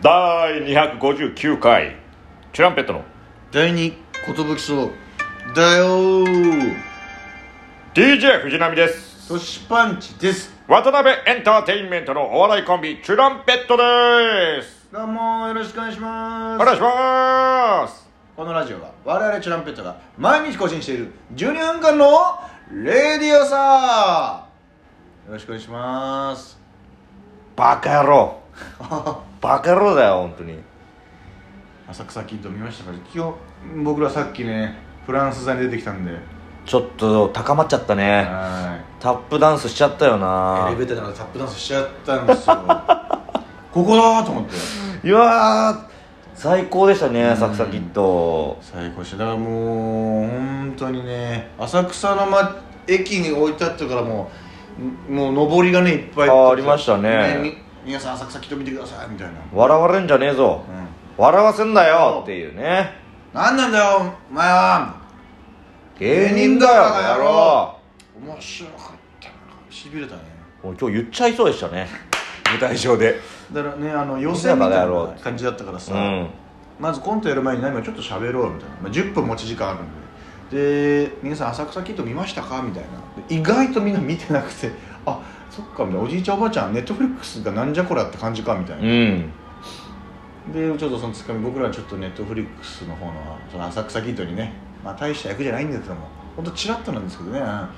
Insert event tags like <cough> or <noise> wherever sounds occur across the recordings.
第259回チュランペットの第二寿そうだよー DJ 藤波ですトシパンチです渡辺エンターテインメントのお笑いコンビチュランペット <laughs> ですどうもよろしくお願いしまおす願いしますこのラジオは我々チュランペットが毎日更新している12分間のレディオさーよろしくお願いしますバカ野郎バカ野郎だよ本当に浅草キッド見ましたから今日僕らさっきねフランス座に出てきたんでちょっと高まっちゃったねはタップダンスしちゃったよーいエレベーターでタップダンスしちゃったんですよ <laughs> ここだーと思っていやー最高でしたねサクサキッド最高でしただからもう本当にね浅草の、ま、駅に置いてあったからもうんもう上りがねいっぱいあーありましたねみ皆さん浅草来てみてくださいみたいな、うん、笑われんじゃねえぞ笑わせんなよっていうね何なんだよお前は芸人だよこの野郎面白かったなしびれたねもう今日言っちゃいそうでした <laughs> ね舞台上でだからねあの予選みたいな感じだったからうさ、んまずコントやる前に何かちょっと喋ろうみたいな、まあ、10分持ち時間あるんでで皆さん浅草キッド見ましたかみたいなで意外とみんな見てなくて <laughs> あそっかみたいなおじいちゃんおばあちゃんネットフリックスがなんじゃこりゃって感じかみたいな、うんでちょっとそのつかみ僕らはちょっとネットフリックスの方のその浅草キッドにね、まあ、大した役じゃないんですけども本当チラッとなんですけどねあ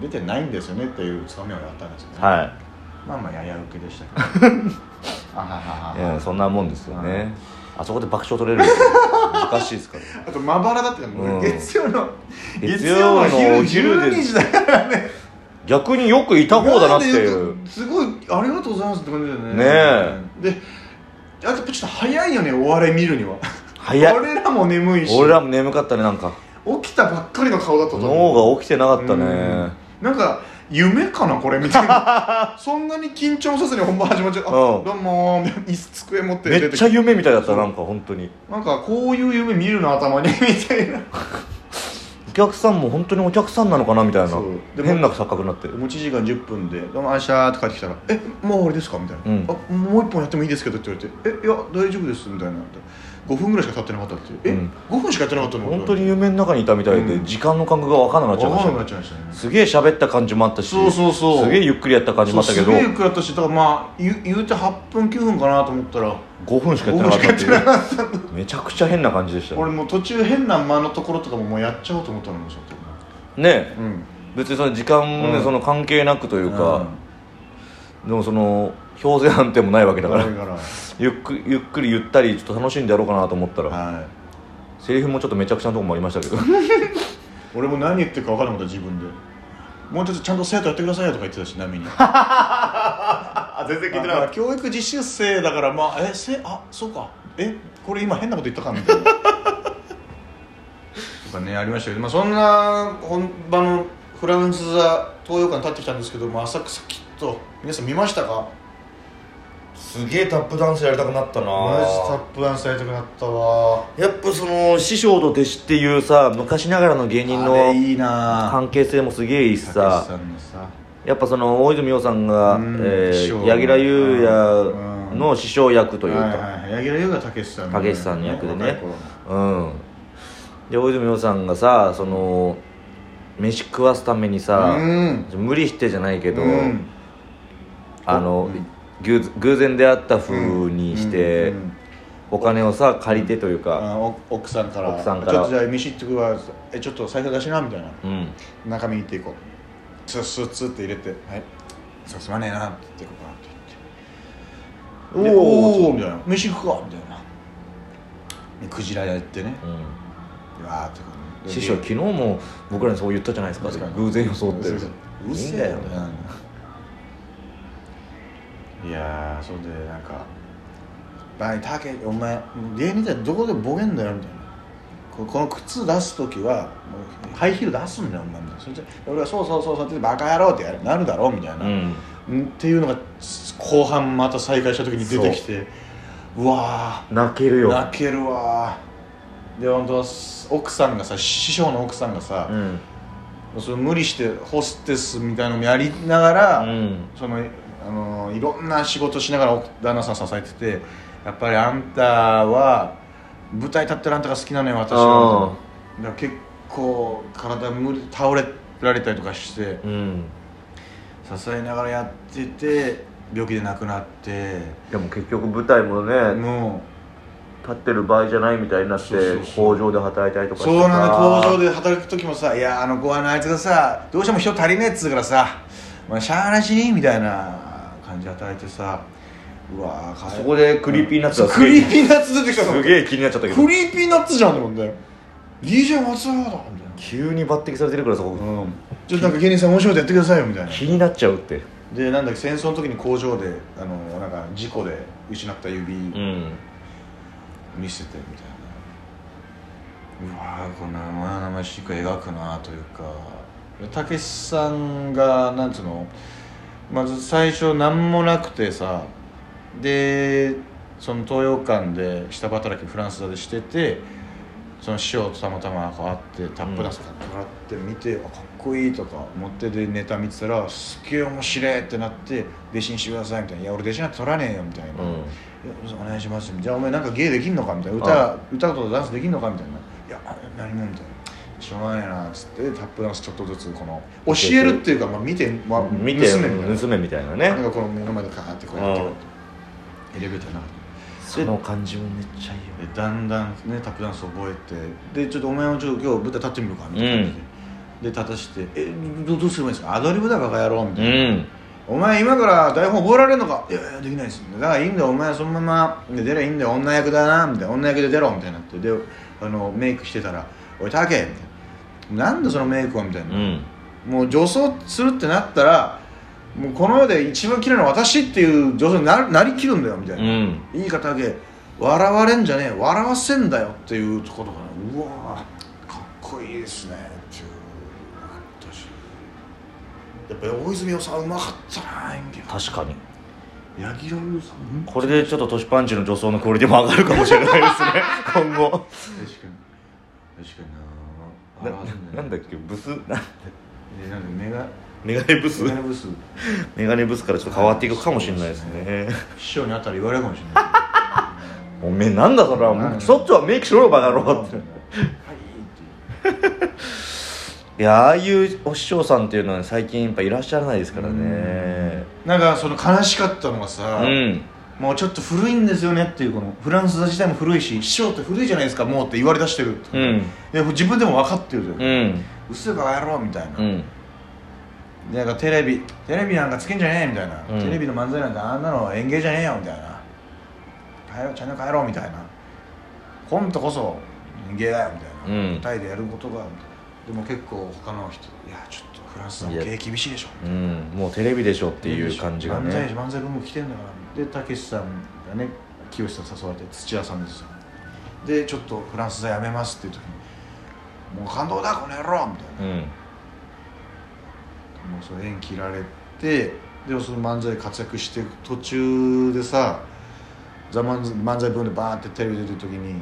出てないんですよねっていうつかみをやったんですよね、は、まあまあやや受けでしたけどあははいはうはん、そんなもんですよねあそこで爆笑取れる <laughs> 難しいですからあとまばらだったから、うん月曜の月曜の月曜の昼で12時だからね逆によくいた方だなっていうなんですごいありがとうございますって感じだよねねえであとちょっと早いよねお笑い見るには早い俺らも眠いし俺らも眠かったねなんか起きたばっかりの顔だったと思う脳が起きてなかったうんねなんか夢かなこれみたい <laughs> なそんなに緊張させに本番始まっちゃうあうんどうもー椅子机持って出めてっちゃ夢みたいだったなんか本当になんかこういう夢見るな頭にみたいなお客さんも本当にお客さんなのかなみたいなそうでも変な錯覚になってる持ち時間10分で「どうもあっしゃ」って帰ってきたら「えもう終わりですか?」みたいうな「んあもう一本やってもいいですけど」って言われて「えいや大丈夫です」みたいな5分ぐらいしか経ってなかったって「え、うん5分しかやってなかったの?」本当に夢の中にいたみたいでうん時間の感覚が分からなくなっちゃい分まかしんたねなくなっちゃいましたねすげえ喋った感じもあったしそうそうそうすげえゆっくりやった感じもあったけどそうすげえゆっくりやったしだからまあ言う言うて8分9分かなと思ったら5分しかや5ってなかっ分しかやたっってていなうかっためちゃくちゃ変な感じでした俺ねもう途中変な間のところとかももうやっちゃおうと思ったのもちょっとねうん別にその時間もね、うんその関係なくというか、でもその表前判定もないわけだだかかららゆっくゆっくりゆったりちょっと楽しんでやろうかなと思ったらはいセリフもちょっとめちゃくちゃなとこもありましたけ <laughs> ど俺も何言ってるか分からなかった自分でもうちょっとちゃんと生徒やってくださいよとか言ってたし波に全然だから教育実習生だからまあえせあそうかえこれ今変なこと言ったかみた <laughs> いなとかねありましたけど、まあ、そんな本場のフランス座東洋館に立ってきたんですけども浅草きっと皆さん見ましたかすげえタップダンスやりたくなったなマジタップダンスやりたくなったわやっぱその師匠と弟子っていうさ昔ながらの芸人あのれいいな関係性もすげえいいしたけしささんのさやっぱその大泉洋さんが、うんえ師匠ー、柳楽優弥の師匠役というはいか、はいはい柳楽優がたけしさんのたけしさんの役で若いね頃のうんで大泉洋さんがさその飯食わすためにさ、うん無理してじゃないけど、うんあの、偶偶然出会った風にして、うんうんお金をさ借りてというか、あお奥さんから奥さんからちょっとじゃあ飯行ってくるわえちょっと財布出しなみたいなうん中身行っていこうスッスッスッって入れて「はいそうすまねえな」って言ってこうかなって言ってで「おおお」ーみたいな「飯行くか」みたいなでクジラやってねうんうわーってこう師匠で昨日も僕らにそう言ったじゃないですか確かに偶然装ってそうるそういるいせんえだよよいやーそれでなんか「バイタケお前芸人ってどこでボケんだよ」みたいなここの靴出す時はもうハイヒール出すんだよお前みたいなそれで俺は「そうそうそうそう」って言って「バカ野郎」ってやるなるだろうみたいな、うんっていうのが後半また再開した時に出てきてうわ泣けるーよ泣けるわーで本当奥さんがさ師匠の奥さんがさ、うんそれ無理してホステスみたいのもやりながら、うんそのあのいろんな仕事しながら奥旦那さん支えててやっぱりあんたは舞台立ってるあんたが好きなのよ私あはだから結構体無理倒れられたりとかしてうん支えながらやってて病気で亡くなってでも結局舞台もねも立ってる場合じゃないみたいになってそうそうそ工場で働いたりとうかそうなんだ工場でで働く時もさ「いやあの子はなあいつがさどうしても人足りねえ」っつうからさ「まあ、しゃあなしに」みたいな感じで働いてさうわーかわいそこでクリーピーナッツがクリーピーナッツ出てきたすげえ気になっちゃったけどクリーピーナッツじゃんと思って DJ 松永だみたいな急に抜擢されてるからそこ、うんちょっとなんか芸人さん面白いことやってくださいよみたいな気になっちゃうってでなんだっけ戦争の時に工場であのなんか事故で失った指うん見せてみたいな、うわーこんな生々しく描くなというかたけしさんがなんつうのまず最初何もなくてさでその東洋館で下働きフランス座でしててその師匠とたまたま会ってタップダンス買ってもらって見て、あかっこいいとか思ってでネタ見てたらすっげえ面白いってなって弟子にしてくださいみたいな「いや俺弟子なんて取らねえよ」みたいな、うんいやお願いします」じゃあお前なんか芸できんのか?」みたいなあ歌歌とダンスできんのか?」みたいな「いや何も」みたいな「しょうがないな」っつってタップダンスちょっとずつこの教えるっていうか、まあ、見て、まあ、見て盗んでみたいな盗めみたいななんねかこの目の前でカーってこうやってこうやってエレベーターの中その感じもめっちゃいいよででだんだんねタップダンス覚えてでちょっとお前もちょっと今日舞台立ってみるかみたいな感じで、で立たして「えどどうすればいいんですかアドリブだバカ野郎」みたいな。うんお前今から台本覚えられるのかいやいやできないですだからいいんだよお前そのままで出りゃいいんだよ女役だなみたいな女役で出ろみたいになってであのメイクしてたら「おいタケ」みたいな「なんだそのメイクは」みたいうな、んもう女装するってなったらもうこの世で一番綺麗な私っていう女装にななりきるんだよみたいうな、んいいかタケ笑われんじゃねえ笑わせんだよっていうところからうわーかっこいいですねっていう私やっぱり大泉洋さんうまかったな演技確かに柳楽優さんこれでちょっとトシパンチの女装のクオリティも上がるかもしれないです <laughs> ね今後確かに確なかになんだっけブスなえなんかメガメガネブスメガネブスメガネブスからちょっと変わっていくかもしれないですね師匠に会ったら言われるかもしれ <laughs> ないおめえなんだそれはもうそっちはメイクしろよバカ野郎ってはいっていういやああいうお師匠さんっていうのは最近やっぱいらっしゃらないですからねなんかその悲しかったのがうさ、んもうちょっと古いんですよねっていうこのフランス座自体も古いし師匠って古いじゃないですかもうって言われだしてるって、うんで自分でも分かってるじゃん、うん嘘がやろうみたいな、うんでなんかテレビテレビなんかつけんじゃねえみたいな、うんテレビの漫才なんてあんなの演芸じゃねえよみたいな帰ろうチャンネル帰ろうみたいなコントこそ演芸だよみたいな、うん舞台でやることがみたいなでも結構他の人いやちょっとフランスさん経営厳しいでしょうんもうテレビでしょっていう感じが漫才師ね漫才ブーム来てんだからでたけしさんがね清さん誘われて土屋さんですよでちょっとフランス座やめますっていう時に「もう感動だこの野郎!」みたいなうんもうそれ縁切られてでもその漫才で活躍していく途中でさ「ザ漫才漫才ブームでバーンってテレビ出てる時に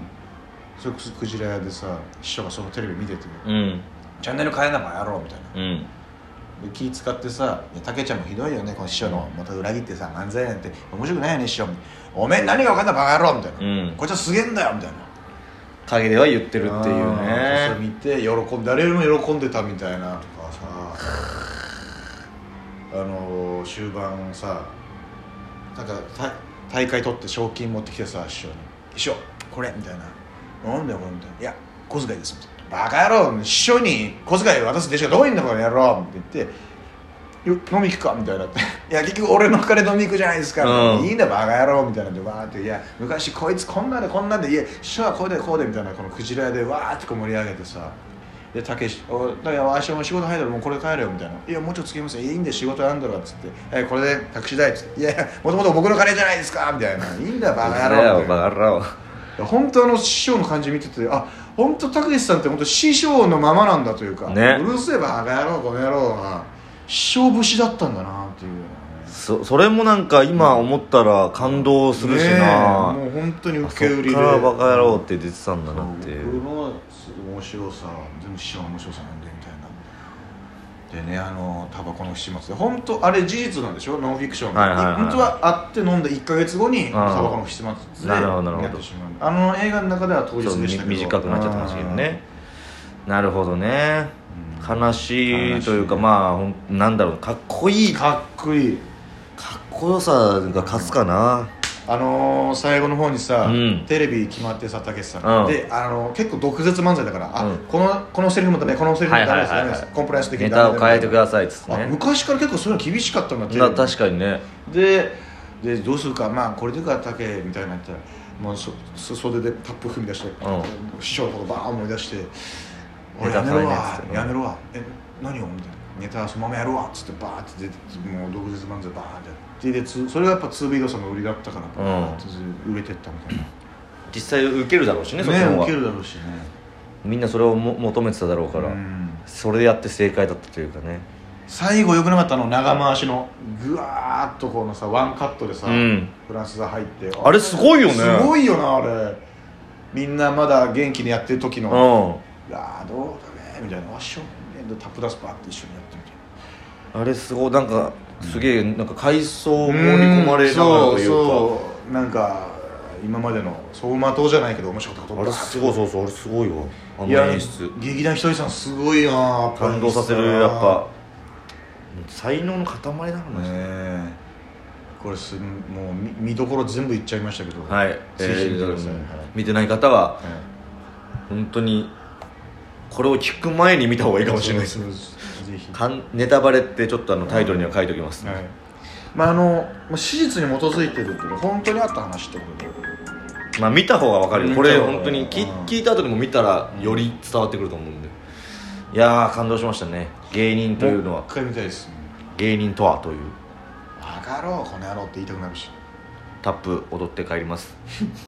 それこそクジラ屋でさ師匠がそのテレビ見てて「うんチャンネル変えなばやろう」みたいなうんで気使ってさ「いやたけちゃんもひどいよねこの師匠のまた裏切ってさ漫才なんて面白くないよね師匠」おめえ何が分かんないバカ野郎」みたいな、うんこいつはすげえんだよ」みたいな陰では言ってるっていあーそうねれ見て喜ん誰よりも喜んでたみたいなとかさあのー終盤さなんかた大会取って賞金持ってきてさ師匠に「師匠これ」みたいな「なんだよこれ」みたいな「いや小遣いです」みたいな「バカ野郎師匠に小遣い渡す弟子がどういうんだこの野郎」って言ってよ「飲み行くか」みたいなって <laughs> 「いや結局俺の金飲み行くじゃないですか」うんいいんだバカ野郎」みたいなんでわーって「いや昔こいつこんなでこんなんでいや師匠はこうでこうで」みたいなこのクジラ屋でわーってこう盛り上げてさでたけし「おだから明日も仕事入ったらもうこれ帰れよ」みたいな「いやもうちょっとつけますよいいんで仕事あんだろ」っつって「えこれでタクシー代」っつって「いやいやもともと僕の金じゃないですか」みたいな「いいんだよバカ野郎」みたいなバカ野郎本当あの師匠の感じ見ててあ本当たけしさんって本当師匠のままなんだというか、ねうるせえバカ野郎この野郎は師匠節だったんだなっていうのはねそそれもなんか今思ったら感動するしな、ねえもう本当にあ受そけ売りでっからバカ野郎って出てたんだなって僕の面白さ全部師匠の面白さなんでみたいなでねあのタバコの不始末で本当あれ事実なんでしょノンフィクションで、はいはいはい本当は会って飲んで1か月後にんタバコの不始末でなるほどなるほどやってしまうあの映画の中では当日そうでしみたけど短くなっちゃってましたけどねなるほどねうん悲しいというか悲しいまあほんなんだろうかっこいいかかっこいいっこよさが勝つかなあのー最後の方にさ、うんテレビ決まってさたけしさうんん、で、あのー結構毒舌漫才だから、あうんこのこのセリフもダメこのセリフもダメです、はいはいはいはいダメですコンプライアンス的ネにタダをメ変えてくだださいっつってあね昔から結構それは厳しかったんだテレビな確かにねででどうするかまあこれでかたけみたいになったらもうそそ袖でタップ踏み出して、うん師匠のことバーン思い出して「ネ俺タやめろ変えないっつわってねやめろわえ何を?」みたいな「ネタそのままやるわ」っつってバーって出てもう毒舌漫才バーンってやってでつそれがやっぱ 2B ドさんの売りだったからうんバーって売れてったみたいな。実際受けるだろうしねそっちの方ね受がけるだろうしねみんなそれをも求めてただろうからうんそれでやって正解だったというかね最後よくなかったあの長回しのぐわーっとこのさワンカットでさ、うんフランスが入ってあれすごいよねすごいよなあれみんなまだ元気にやってる時うのん「ああどうだね」みたいな「わっしょ」でタップダンスバーって一緒にやってみたいなあれすごいなんかすげえなんか階層盛り込まれながらというかそうそうなんか今までの走馬灯じゃないけど面白かったことあれすごいそうそうあれすごいわあいのや演出劇団ひとりさんすごいなやっぱり感動させるやっぱ才能の塊だろうねねえこれすもう見見どころ全部言っちゃいましたけどはい、ぜひ見てください、えーはい見てない方ははい本当にこれを聞く前に見た方がいいかもしれないですそうそうぜひかんネタバレってちょっとあのタイトルには書いておきます、はいまああのまあ史実に基づいてるけど本当にあった話ってことでまあ見た方が分かるよ見こた方がれ本当に聞うん聞いた後でも見たらより伝わってくると思うんでいやー感動しましたね芸人というのは一回見たいです芸人とはというバカろうこの野郎って言いたくなるしタップ踊って帰ります